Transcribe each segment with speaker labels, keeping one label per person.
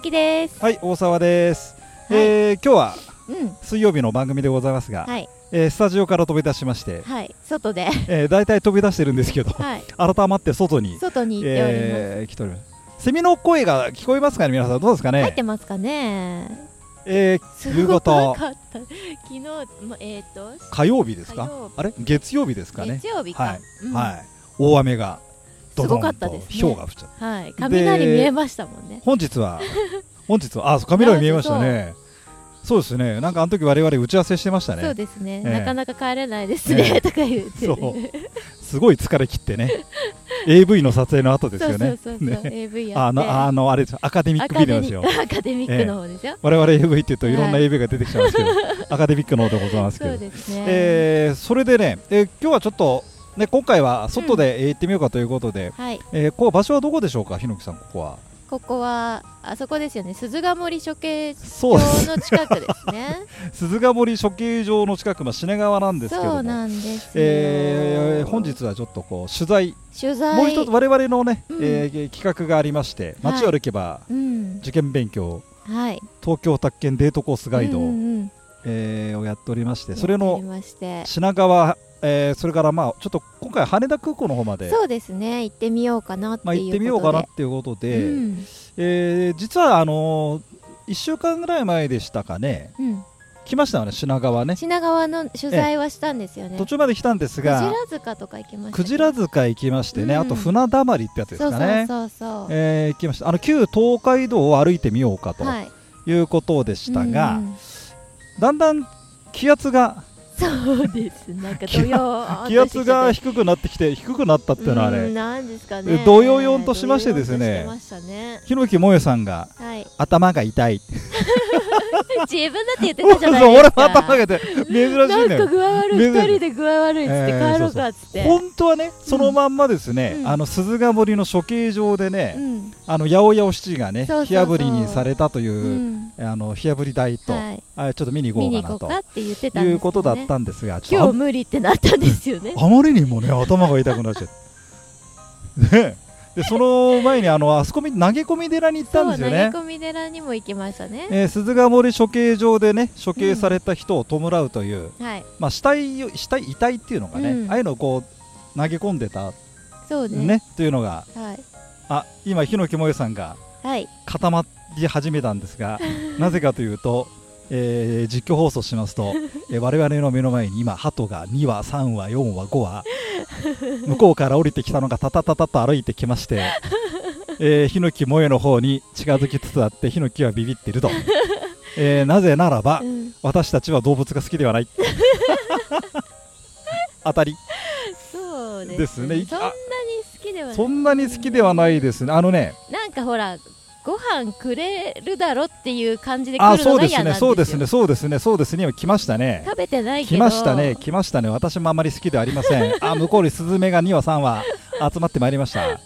Speaker 1: きです。
Speaker 2: はい、大沢です。
Speaker 1: はい
Speaker 2: えー今日は
Speaker 1: うん、
Speaker 2: 水曜日の番組でございますが、
Speaker 1: はい、
Speaker 2: えースタジオから飛び出しまして、
Speaker 1: はい、外 で、
Speaker 2: えー、大体飛び出してるんですけど、
Speaker 1: はい、
Speaker 2: 改まって外に、
Speaker 1: 外に行っております。
Speaker 2: えー来ております。セミの声が聞こえますかね、皆さん、どうですかね。
Speaker 1: 入ってますかね。
Speaker 2: えー
Speaker 1: すご
Speaker 2: 夕方
Speaker 1: かった。昨日もえっ、と、
Speaker 2: 火曜日です
Speaker 1: 火
Speaker 2: か
Speaker 1: 曜日
Speaker 2: あれ月曜日ですかね
Speaker 1: 月曜日か。
Speaker 2: はい
Speaker 1: うん
Speaker 2: はい、大雨がドド
Speaker 1: すごか
Speaker 2: ン
Speaker 1: った
Speaker 2: と
Speaker 1: ですね
Speaker 2: 氷が降っち ゃった
Speaker 1: はい雷見えましたもんね。
Speaker 2: 本日は本日はあそう雷見えまし たねそうですねなんかあの時我々打ち合わせしてました
Speaker 1: そう
Speaker 2: ね
Speaker 1: ですね、
Speaker 2: ええ
Speaker 1: なかなか帰れないですね、
Speaker 2: ええ
Speaker 1: とか言って、ね、
Speaker 2: そうすごい疲れ切ってね AV の撮影の後ですよね
Speaker 1: そうそうそうそう、
Speaker 2: ね
Speaker 1: AV やって
Speaker 2: あのあのあれですアカデミッ
Speaker 1: ア
Speaker 2: ク
Speaker 1: カ
Speaker 2: ビデオ
Speaker 1: デミ
Speaker 2: ですよ
Speaker 1: ックアカデミックの方ですよ。
Speaker 2: 我々 AV っていうといろんな
Speaker 1: はい
Speaker 2: AV が出てきちゃうんですけど、アカデミックの方でございますけ
Speaker 1: そう
Speaker 2: ど
Speaker 1: ですね。
Speaker 2: えーそれでね、えー今日はちょっと、ね、今回は外でえー行ってみようかということで、
Speaker 1: はい、
Speaker 2: えーここ場所はどこでしょうか、ひのきさん、ここは。
Speaker 1: ここはあそこですよね、鈴ヶ森処刑場
Speaker 2: そうです、
Speaker 1: の近くですね。
Speaker 2: 鈴ヶ森処刑場の近く、まあ、品川なんですけ
Speaker 1: そう
Speaker 2: ども、
Speaker 1: なんですよ
Speaker 2: えー本日はちょっとこう取材、
Speaker 1: 取材
Speaker 2: もう一つ、我々のね、
Speaker 1: うん
Speaker 2: えー企画がありまして、
Speaker 1: はい
Speaker 2: 街を歩けば
Speaker 1: うん
Speaker 2: 受験勉強、
Speaker 1: はい
Speaker 2: 東京宅建デートコースガイド、
Speaker 1: うんうんうん
Speaker 2: えーをやっておりまして、それ
Speaker 1: やって
Speaker 2: の
Speaker 1: みまして
Speaker 2: 品川、えーそれからまあちょっと今回、羽田空港の方まで。
Speaker 1: そうですね行ってみようかなっていうことで、
Speaker 2: まあ、行ってみようかなっていうこと
Speaker 1: う
Speaker 2: で、
Speaker 1: ん
Speaker 2: えー実はあのー、1週間ぐらい前でしたかね
Speaker 1: うん、
Speaker 2: 来ましたよね品川ね
Speaker 1: 品川の取材はしたんですよね
Speaker 2: 途
Speaker 1: クジ
Speaker 2: 中まで来たんです
Speaker 1: ラ
Speaker 2: が
Speaker 1: 塚とか行きました
Speaker 2: クジラ塚行きましてね、
Speaker 1: うん
Speaker 2: あと船だまりってやつですかね
Speaker 1: そうそうそうそう、
Speaker 2: えー行きましたあの旧東海道を歩いてみようかと
Speaker 1: はい
Speaker 2: いうことでしたが、
Speaker 1: うんうん
Speaker 2: だんだん気圧が
Speaker 1: そうですなんか土曜
Speaker 2: 気圧が低くなってきて低くなったっていうのはあ
Speaker 1: うん
Speaker 2: れ
Speaker 1: なんですかね
Speaker 2: 動揺よんとしましてです
Speaker 1: 動
Speaker 2: ね
Speaker 1: 揺よんとしてましたね
Speaker 2: ひのきもえさんが
Speaker 1: はい
Speaker 2: 頭が痛い
Speaker 1: 自分だって言って
Speaker 2: そう
Speaker 1: た じゃないです
Speaker 2: 俺も
Speaker 1: か
Speaker 2: 頭が痛い珍しい
Speaker 1: なん
Speaker 2: ね
Speaker 1: か具合悪い
Speaker 2: 珍しい
Speaker 1: 2人で具合悪いっつって
Speaker 2: えー
Speaker 1: 帰ろうかっつって、
Speaker 2: 本当はねそのまんまですね、
Speaker 1: うん
Speaker 2: あの鈴ヶ森の処刑場でね、
Speaker 1: うん
Speaker 2: あの八百屋お七がね
Speaker 1: そうそう
Speaker 2: 火
Speaker 1: そう
Speaker 2: 炙りにされたというう、
Speaker 1: ん
Speaker 2: あの火炙り台と、
Speaker 1: はい、
Speaker 2: あちょっと見に行こ
Speaker 1: 見
Speaker 2: う
Speaker 1: に
Speaker 2: か
Speaker 1: 行
Speaker 2: な
Speaker 1: ことうかって言ってたんですけど、ね、
Speaker 2: いうことだったんですがち
Speaker 1: 今
Speaker 2: ょ
Speaker 1: 日
Speaker 2: っと
Speaker 1: 無理ってなったんですよね
Speaker 2: ああまりにもね頭が痛くなっちゃって、 ね、でその前にあのあそこみ投げ込み寺に行ったんですよね
Speaker 1: そう投げ込み寺にも行きましたね
Speaker 2: えー鈴ヶ森処刑場でね処刑された人を弔うという、
Speaker 1: はい
Speaker 2: まあ、死体を死体遺体っていうのがね、
Speaker 1: うん
Speaker 2: ああいうのをこう投げ込んでた
Speaker 1: そうね
Speaker 2: ねというのが
Speaker 1: はい
Speaker 2: あ今、日野木もえさんが
Speaker 1: はい
Speaker 2: 固まり始めたんですがなぜかというと、えー実況放送しますと、えー、我々の目の前に今、鳩が2羽、3羽、4羽、5羽向こうから降りてきたのがタタタタと歩いてきまして、えー、日野木萌えの方に近づきつつあって日野木はビビってると、えーなぜならば
Speaker 1: うん
Speaker 2: 私たちは動物が好き ではない当たり
Speaker 1: そうです
Speaker 2: ですねい
Speaker 1: そんなに好きではない
Speaker 2: そんなに好きではないですね。あのね
Speaker 1: なんかほらご飯くれるだろっていう感じで
Speaker 2: あ
Speaker 1: 来る
Speaker 2: そ
Speaker 1: の
Speaker 2: う
Speaker 1: が
Speaker 2: で
Speaker 1: 嫌な
Speaker 2: す
Speaker 1: んですよ
Speaker 2: ね、そうですね、そうですね、そうですね、今来ましたね。
Speaker 1: 食べてないけど
Speaker 2: 来ましたね、来ましたね、私もあまり好きではありませ ん。あ、向こうにスズメが2羽、3羽集まってまいりました。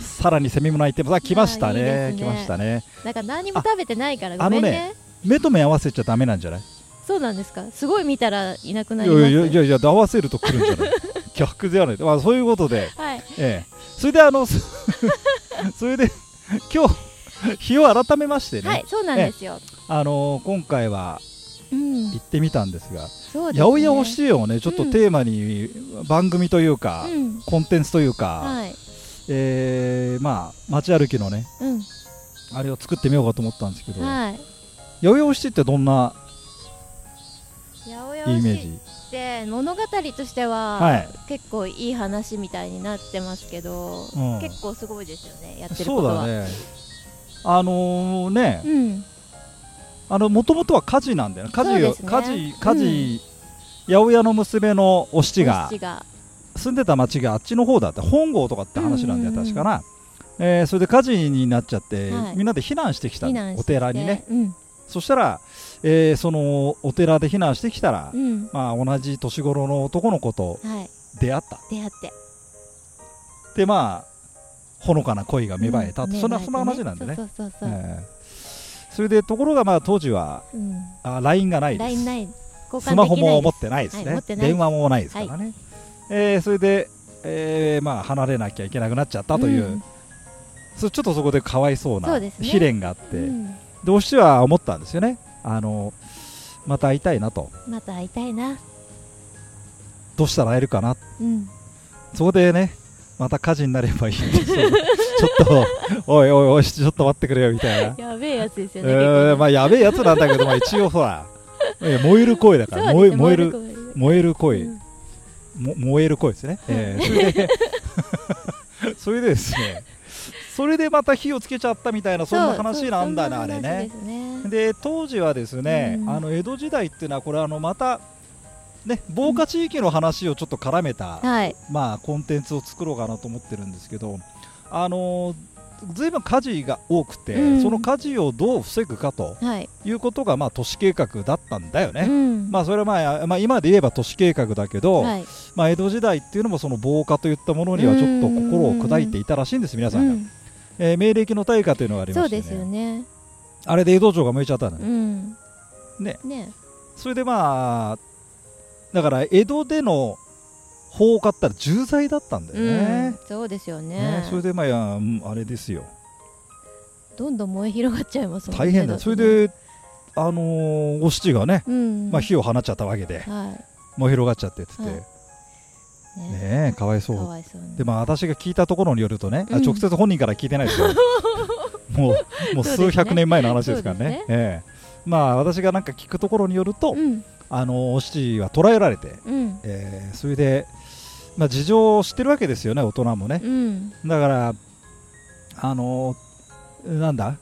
Speaker 2: さらにセミも鳴いてます、あ来ました
Speaker 1: いや
Speaker 2: ね
Speaker 1: いいです
Speaker 2: 来
Speaker 1: ね
Speaker 2: ましたね。
Speaker 1: なんか何も食べてないから
Speaker 2: あ
Speaker 1: ごめんね
Speaker 2: 目と目合わせちゃダメなんじゃない
Speaker 1: そうなんですかすごい見たらいなくないります
Speaker 2: やいやいやいや、合わせると来るんじゃ ない逆ではない。まあ、そういうことで、
Speaker 1: はい
Speaker 2: ええ、それで、あの、 すそれで、今日、日を改めましてね、
Speaker 1: はいそうなんですよ、
Speaker 2: あの今回は
Speaker 1: うん
Speaker 2: 行ってみたんですが、
Speaker 1: そうですね
Speaker 2: 八百屋おしえをねちょっと
Speaker 1: うん
Speaker 2: テーマに番組というか、
Speaker 1: うん
Speaker 2: コンテンツというか、
Speaker 1: はい
Speaker 2: えーまあ街歩きのね
Speaker 1: うん
Speaker 2: あれを作ってみようかと思ったんですけど、
Speaker 1: はい
Speaker 2: 八百屋おしえってどんな
Speaker 1: 八百屋
Speaker 2: イ
Speaker 1: お
Speaker 2: メ
Speaker 1: し
Speaker 2: ージ
Speaker 1: って物語としては、
Speaker 2: はい
Speaker 1: 結構いい話みたいになってますけど、
Speaker 2: うん
Speaker 1: 結構すごいですよねやってるこ
Speaker 2: そう
Speaker 1: とは
Speaker 2: だねあのね、
Speaker 1: うん
Speaker 2: あの元々は火事なんだよね火事
Speaker 1: そう
Speaker 2: を、
Speaker 1: ですね
Speaker 2: 火事火事、八百屋の娘のお七が
Speaker 1: 父が
Speaker 2: 住んでた町があっちの方だって本郷とかって話なんだよ、
Speaker 1: うんうんうん
Speaker 2: 確かな、えーそれで火事になっちゃって、
Speaker 1: はい
Speaker 2: みんなで避難してきた
Speaker 1: 避難してきて
Speaker 2: お寺にね
Speaker 1: うん
Speaker 2: そしたら、えーそのお寺で避難してきたら、
Speaker 1: うん
Speaker 2: まあ、同じ年頃の男の子と
Speaker 1: はい
Speaker 2: 出会った
Speaker 1: 出会って
Speaker 2: でまあほのかな恋が芽生えた、
Speaker 1: うん
Speaker 2: そんな
Speaker 1: 芽
Speaker 2: そん
Speaker 1: 生
Speaker 2: な
Speaker 1: えて
Speaker 2: 話なんでね
Speaker 1: そうそうそうそう、
Speaker 2: えーそれでところがまあ当時は
Speaker 1: うん
Speaker 2: あ LINE がないです
Speaker 1: LINE ない交換できない
Speaker 2: スマホも持ってないですね、
Speaker 1: はい持ってない
Speaker 2: 電話もないですからね、えーそれで、えーまあ、離れなきゃいけなくなっちゃったという、
Speaker 1: うん
Speaker 2: そちょっとそこでかわいそう
Speaker 1: そ
Speaker 2: な
Speaker 1: うですね
Speaker 2: 悲恋があって、
Speaker 1: うん
Speaker 2: でおしは思ったんですよねあのまた会いたいなと
Speaker 1: また会いたいな
Speaker 2: どうしたら会えるかな
Speaker 1: うん
Speaker 2: そこでねまた火事になればいいってそうちょっとおいおいおいちょっと待ってくれよみた いな、
Speaker 1: やべえやつです
Speaker 2: え
Speaker 1: よね結構
Speaker 2: ーまあ、やべえやつなんだけど、まあ、一応ほらえー燃える声だから、
Speaker 1: そうです
Speaker 2: 燃え
Speaker 1: ね
Speaker 2: 燃える
Speaker 1: 燃える
Speaker 2: 燃える声、
Speaker 1: うん
Speaker 2: も燃える声ですね、えーそれでそれで ですねそれでまた火をつけちゃったみたいなそんな話なんだねあれ
Speaker 1: そう
Speaker 2: ね
Speaker 1: そんな話ですね
Speaker 2: で当時はですね、
Speaker 1: うん
Speaker 2: あの江戸時代っていうのはこれあのまたね防火地域の話をちょっと絡めた、
Speaker 1: はい
Speaker 2: まあコンテンツを作ろうかなと思ってるんですけどあのずいぶん火事が多くて、
Speaker 1: うん
Speaker 2: その火事をどう防ぐかと
Speaker 1: はい
Speaker 2: いうことがまあ都市計画だったんだよね、
Speaker 1: うん
Speaker 2: まあそれはまあ、まあ、今で言えば都市計画だけど、
Speaker 1: はい
Speaker 2: まあ、江戸時代っていうのもその防火といったものにはちょっと心を砕いていたらしいんです皆さんが、
Speaker 1: うん
Speaker 2: えー明暦の大火というのがあり
Speaker 1: そ
Speaker 2: ま
Speaker 1: う
Speaker 2: して、
Speaker 1: で
Speaker 2: ね
Speaker 1: すよね
Speaker 2: あれで江戸城が燃えちゃったの
Speaker 1: う
Speaker 2: ね、
Speaker 1: ん
Speaker 2: ね
Speaker 1: ね
Speaker 2: それでまあだから江戸での放火ったら重罪だったんだよ
Speaker 1: うん
Speaker 2: ね,、
Speaker 1: そうですよ
Speaker 2: ね
Speaker 1: ね
Speaker 2: それでまあいやうんあれですよ
Speaker 1: どんどん燃え広がっちゃいますもんね
Speaker 2: 大変だ
Speaker 1: って
Speaker 2: それであのーお七がね、
Speaker 1: うん
Speaker 2: まあ、火を放っちゃったわけで
Speaker 1: は
Speaker 2: 燃え広がっちゃってっつって、
Speaker 1: はいいね
Speaker 2: ねえかわいそう
Speaker 1: かわいそうに
Speaker 2: でまあ私が聞いたところによるとね、あ
Speaker 1: うん
Speaker 2: 直接本人から聞いてないですよ もうもう数百年前の話ですからね
Speaker 1: そうです
Speaker 2: ええまあ私がなんか聞くところによると、
Speaker 1: うん
Speaker 2: あのお七は捕らえられて、
Speaker 1: うん
Speaker 2: ええそれで、まあ、事情を知ってるわけですよね大人もね
Speaker 1: うん
Speaker 2: だからあのなんだ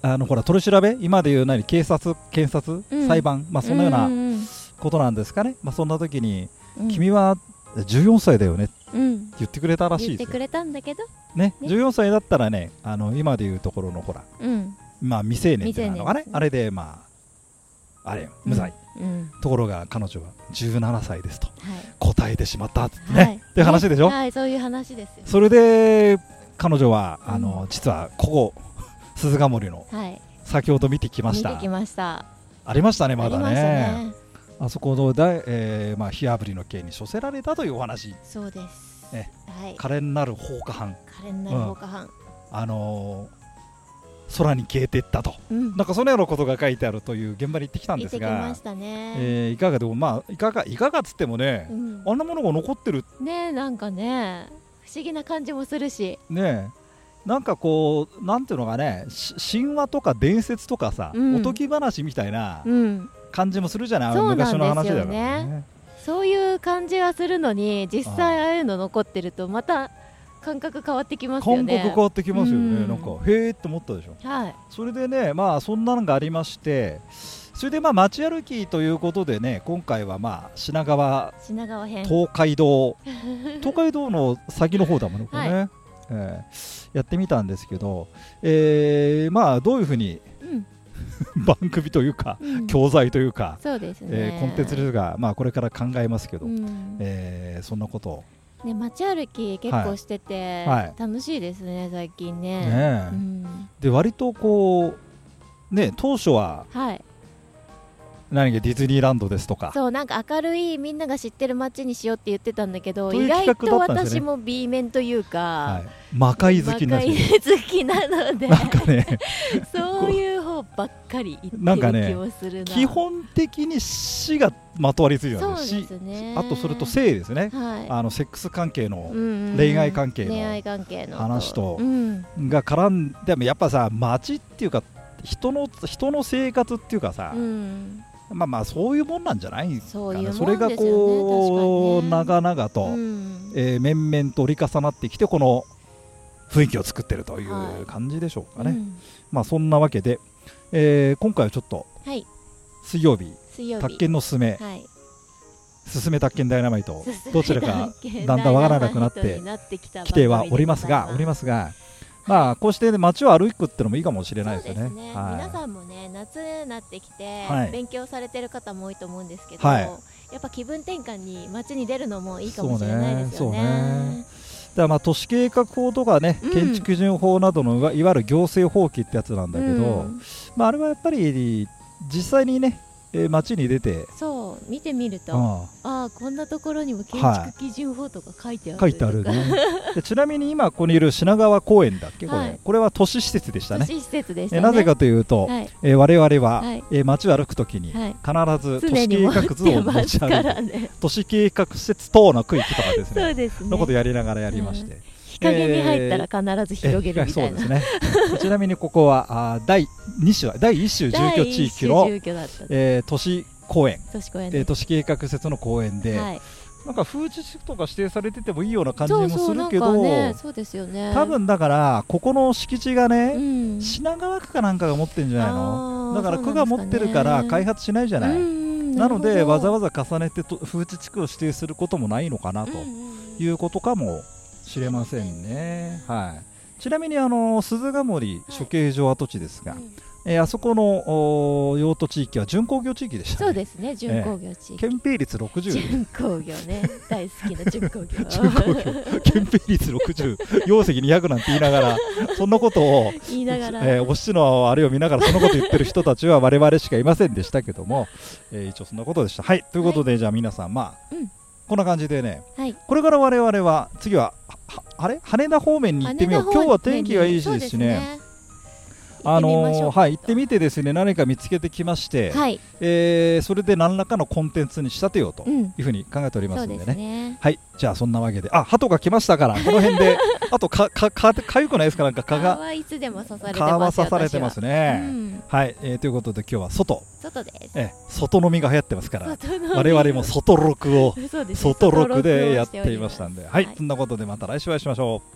Speaker 2: あのほら取り調べ今でいう何警察検察、
Speaker 1: うん
Speaker 2: 裁判まあそんなよう
Speaker 1: う
Speaker 2: なん
Speaker 1: うん
Speaker 2: ことなんですかね、まあそんな時に、
Speaker 1: うん
Speaker 2: 君は14歳だよねって
Speaker 1: うん
Speaker 2: 言ってくれたらし
Speaker 1: 言っ
Speaker 2: い
Speaker 1: て
Speaker 2: ですよ
Speaker 1: くれたんだけど
Speaker 2: ね、
Speaker 1: ね
Speaker 2: 14歳だったらねあの今でいうところのほら、
Speaker 1: うん
Speaker 2: まあ、未成年っていうのがね
Speaker 1: 未成年ですね
Speaker 2: あれでまああれ無罪、
Speaker 1: うん
Speaker 2: ところが彼女は17歳ですと
Speaker 1: はい
Speaker 2: 答えてしまったっつってね、
Speaker 1: はい
Speaker 2: って話でしょ、
Speaker 1: はいそういう話ですよ
Speaker 2: それで彼女はあの、
Speaker 1: うん
Speaker 2: 実はここ 鈴ヶ森の
Speaker 1: はい
Speaker 2: 先ほど見てきまし
Speaker 1: 見て
Speaker 2: た
Speaker 1: きました
Speaker 2: ありましたねまだ
Speaker 1: あり
Speaker 2: ね
Speaker 1: ま
Speaker 2: あ
Speaker 1: したね
Speaker 2: そこのだい、えーまあ、火あぶりの刑に処せられたというお話
Speaker 1: そうです
Speaker 2: ね
Speaker 1: はい
Speaker 2: 可憐なる放火犯、
Speaker 1: 可憐なる放火犯
Speaker 2: あのー空に消えていったと
Speaker 1: うん
Speaker 2: なんかそのようなことが書いてあるという現場に行ってきたん
Speaker 1: 行
Speaker 2: で
Speaker 1: っ
Speaker 2: す
Speaker 1: てき
Speaker 2: が
Speaker 1: ましたね
Speaker 2: えーいかがでもまあいかがいかがっつってもね
Speaker 1: う、ん
Speaker 2: あんなものが残ってる
Speaker 1: ねえなんかね不思議な感じもするし
Speaker 2: ねなんかこうなんていうのがねし神話とか伝説とかさ、
Speaker 1: うん
Speaker 2: おとぎ話みたいな
Speaker 1: うん
Speaker 2: 感じもするじゃない、あの
Speaker 1: そうなんです
Speaker 2: 昔
Speaker 1: よ
Speaker 2: の
Speaker 1: ね
Speaker 2: 話だよね
Speaker 1: そういう感じはするのに実際ああいうの残ってるとまた感覚変わってきますよ
Speaker 2: 韓国
Speaker 1: ね
Speaker 2: 変わってきますよね、
Speaker 1: うん
Speaker 2: なんかへえって思ったでしょ
Speaker 1: はい
Speaker 2: それでねまあそんなのがありましてそれでまあ街歩きということでね今回はまあ品川
Speaker 1: 品川編
Speaker 2: 東 海道東海道の先の方だもんねこれね、えーやってみたんですけど、えーまあどういうふうに
Speaker 1: うん
Speaker 2: 番組というか
Speaker 1: うん
Speaker 2: 教材というか、
Speaker 1: そうです
Speaker 2: え
Speaker 1: ね
Speaker 2: ーコンテンツですが、まあ、これから考えますけど、
Speaker 1: うん
Speaker 2: えーそんなことを、
Speaker 1: ね街歩き結構してて
Speaker 2: はい
Speaker 1: 楽しいですね最近
Speaker 2: ね
Speaker 1: ね
Speaker 2: え
Speaker 1: うん
Speaker 2: で割とこうね当初は
Speaker 1: はい
Speaker 2: 何がディズニーランドですとか
Speaker 1: そうなんか明るいみんなが知ってる街にしようって言ってたんだけど
Speaker 2: という
Speaker 1: 意外
Speaker 2: 企
Speaker 1: と
Speaker 2: 画だったんです
Speaker 1: 私
Speaker 2: よね
Speaker 1: も B 面という
Speaker 2: は
Speaker 1: か
Speaker 2: い、魔界好きにな
Speaker 1: 魔
Speaker 2: っ
Speaker 1: 界
Speaker 2: て
Speaker 1: 好きなので
Speaker 2: なんか ね
Speaker 1: そういう方ばっかり言
Speaker 2: なんか
Speaker 1: って
Speaker 2: ね
Speaker 1: る気もするな
Speaker 2: 基本的に死がまとわりついてるん
Speaker 1: そうですね
Speaker 2: あとそれと性ですね、
Speaker 1: は
Speaker 2: あのセックス関係
Speaker 1: い、
Speaker 2: の
Speaker 1: うんうん
Speaker 2: 恋愛関係の
Speaker 1: 恋愛関係の
Speaker 2: 話と
Speaker 1: うん
Speaker 2: が絡んでもやっぱさ街っていうか人の人の生活っていうかさ、
Speaker 1: うん
Speaker 2: まあまあそういうもんなんじゃないか
Speaker 1: そういうもん
Speaker 2: な
Speaker 1: です
Speaker 2: そ
Speaker 1: よね
Speaker 2: れがこ
Speaker 1: 確かに
Speaker 2: う、
Speaker 1: ね
Speaker 2: 長々と、
Speaker 1: うん
Speaker 2: えー面々と折り重なってきてこの雰囲気を作ってるとい
Speaker 1: は
Speaker 2: う
Speaker 1: い
Speaker 2: 感じでしょうかね、
Speaker 1: うん
Speaker 2: まあそんなわけで、えー今回はちょっと
Speaker 1: はい
Speaker 2: 水曜日
Speaker 1: 水曜日
Speaker 2: 宅建のすすめ
Speaker 1: はい
Speaker 2: すすめ宅建ダイナマイトどちらか
Speaker 1: 進めた
Speaker 2: だんだんわからなくなって
Speaker 1: ダイナマイトになってきた
Speaker 2: 来てはおりますが
Speaker 1: 番
Speaker 2: おり
Speaker 1: 組で
Speaker 2: ますがまあこうして、ね、街を歩くってのもいいかもしれないですよね
Speaker 1: そうですね、皆
Speaker 2: は
Speaker 1: さんもね夏になってきて、
Speaker 2: はい
Speaker 1: 勉強されてる方も多いと思うんですけど、
Speaker 2: はい
Speaker 1: やっぱ気分転換に街に出るのもいいかもしれないですよね。
Speaker 2: い、でまあ都市計画法とかね、
Speaker 1: うん
Speaker 2: 建築基準法などのいわいわゆる行政法規ってやつなんだけど、
Speaker 1: うん
Speaker 2: まあ、あれはやっぱり実際にね、えー街に出て
Speaker 1: そうも見てみると、あ
Speaker 2: あ
Speaker 1: あこんなところにも建
Speaker 2: は
Speaker 1: 築基準法とか書いてあ
Speaker 2: あ
Speaker 1: る
Speaker 2: 書いてあるね でちなみに今ここにいる品川公園だっけこれ、
Speaker 1: はい
Speaker 2: これは都市施設でした
Speaker 1: 都
Speaker 2: ね
Speaker 1: 市施設でした
Speaker 2: え
Speaker 1: ね
Speaker 2: なぜかというと、
Speaker 1: はい
Speaker 2: えー我々は、
Speaker 1: はい
Speaker 2: えー街を歩くときに必
Speaker 1: はい
Speaker 2: ず都
Speaker 1: 常
Speaker 2: 市
Speaker 1: に
Speaker 2: 計
Speaker 1: 持っ
Speaker 2: 画図
Speaker 1: て
Speaker 2: を持
Speaker 1: ま
Speaker 2: ち
Speaker 1: すか
Speaker 2: 歩いて
Speaker 1: らね
Speaker 2: 都市計画施設等の区域とかです
Speaker 1: そう
Speaker 2: ね
Speaker 1: です
Speaker 2: のこと
Speaker 1: ね
Speaker 2: やりながらやりまして、
Speaker 1: 日陰に入ったら必ず
Speaker 2: え
Speaker 1: 広げるみたいな、
Speaker 2: そうです ねちなみにここはあー第2種第1種住居地域の
Speaker 1: 第、一種住居だった
Speaker 2: えー都市公園、
Speaker 1: 都市公園
Speaker 2: えー
Speaker 1: で
Speaker 2: 都市計画施設の公園で、
Speaker 1: はい、
Speaker 2: なんか風地区とか指定されててもいいような感じ
Speaker 1: そ
Speaker 2: も
Speaker 1: うそ
Speaker 2: す
Speaker 1: うな
Speaker 2: る
Speaker 1: ん
Speaker 2: けど
Speaker 1: かねそうですよね
Speaker 2: 多、分だからここの敷地が
Speaker 1: う
Speaker 2: ね、
Speaker 1: ん、
Speaker 2: 品川区かなんかが持ってるんじゃないの
Speaker 1: あー
Speaker 2: だから区が持ってるから開発しないじゃ
Speaker 1: そう
Speaker 2: ない、
Speaker 1: んですかねうん
Speaker 2: なのでわざ
Speaker 1: わ
Speaker 2: わざ重ねてと風地地区を指定することもないのかなと
Speaker 1: い
Speaker 2: いうことかもしれませんね。はい、ちなみにあの鈴ヶ森処刑場跡地ですが、えーあそこのおー用途地域は準工業地域でした、ね、
Speaker 1: そうですね準工業地域、
Speaker 2: 憲兵率60
Speaker 1: 準工業ね大好きな準工業
Speaker 2: 準工業 憲兵率60容 積200なんて言いながらそんなことを
Speaker 1: 言いながら、
Speaker 2: えーお七のあれを見ながらそのこと言ってる人たちは我々しかいませんでしたけども、 えー一応そんなことでした。はいということで、じゃあ皆さんまあ、
Speaker 1: うん
Speaker 2: こんな感じでね
Speaker 1: はい
Speaker 2: これから我々は次ははあれ羽田方面に行ってみよう今日は天気がいいですしねあのーはい行ってみてですね何か見つけてきまして、
Speaker 1: はい、
Speaker 2: えーそれで何らかのコンテンツに仕立てようと
Speaker 1: うん、
Speaker 2: いうふうに考えておりま
Speaker 1: そ
Speaker 2: す
Speaker 1: うん
Speaker 2: で
Speaker 1: で
Speaker 2: ね
Speaker 1: すね
Speaker 2: はいじゃあそんなわけであ鳩が来ましたからこの辺であとかかかかゆくないですかなんか蚊
Speaker 1: 蚊
Speaker 2: が
Speaker 1: はいつでも刺されてます
Speaker 2: 蚊は刺されてます
Speaker 1: 私は
Speaker 2: ね、
Speaker 1: うん、
Speaker 2: はい、えーということで今日は外、
Speaker 1: 外です
Speaker 2: えー外飲みが流行ってますから
Speaker 1: 外の
Speaker 2: 我々も外録を
Speaker 1: そうですね
Speaker 2: 外録
Speaker 1: 外録
Speaker 2: で
Speaker 1: を
Speaker 2: やっ
Speaker 1: してお
Speaker 2: てい
Speaker 1: り
Speaker 2: ま
Speaker 1: ま
Speaker 2: し
Speaker 1: す
Speaker 2: たんではい、
Speaker 1: はい
Speaker 2: そんなことでまた来週お会いしましょう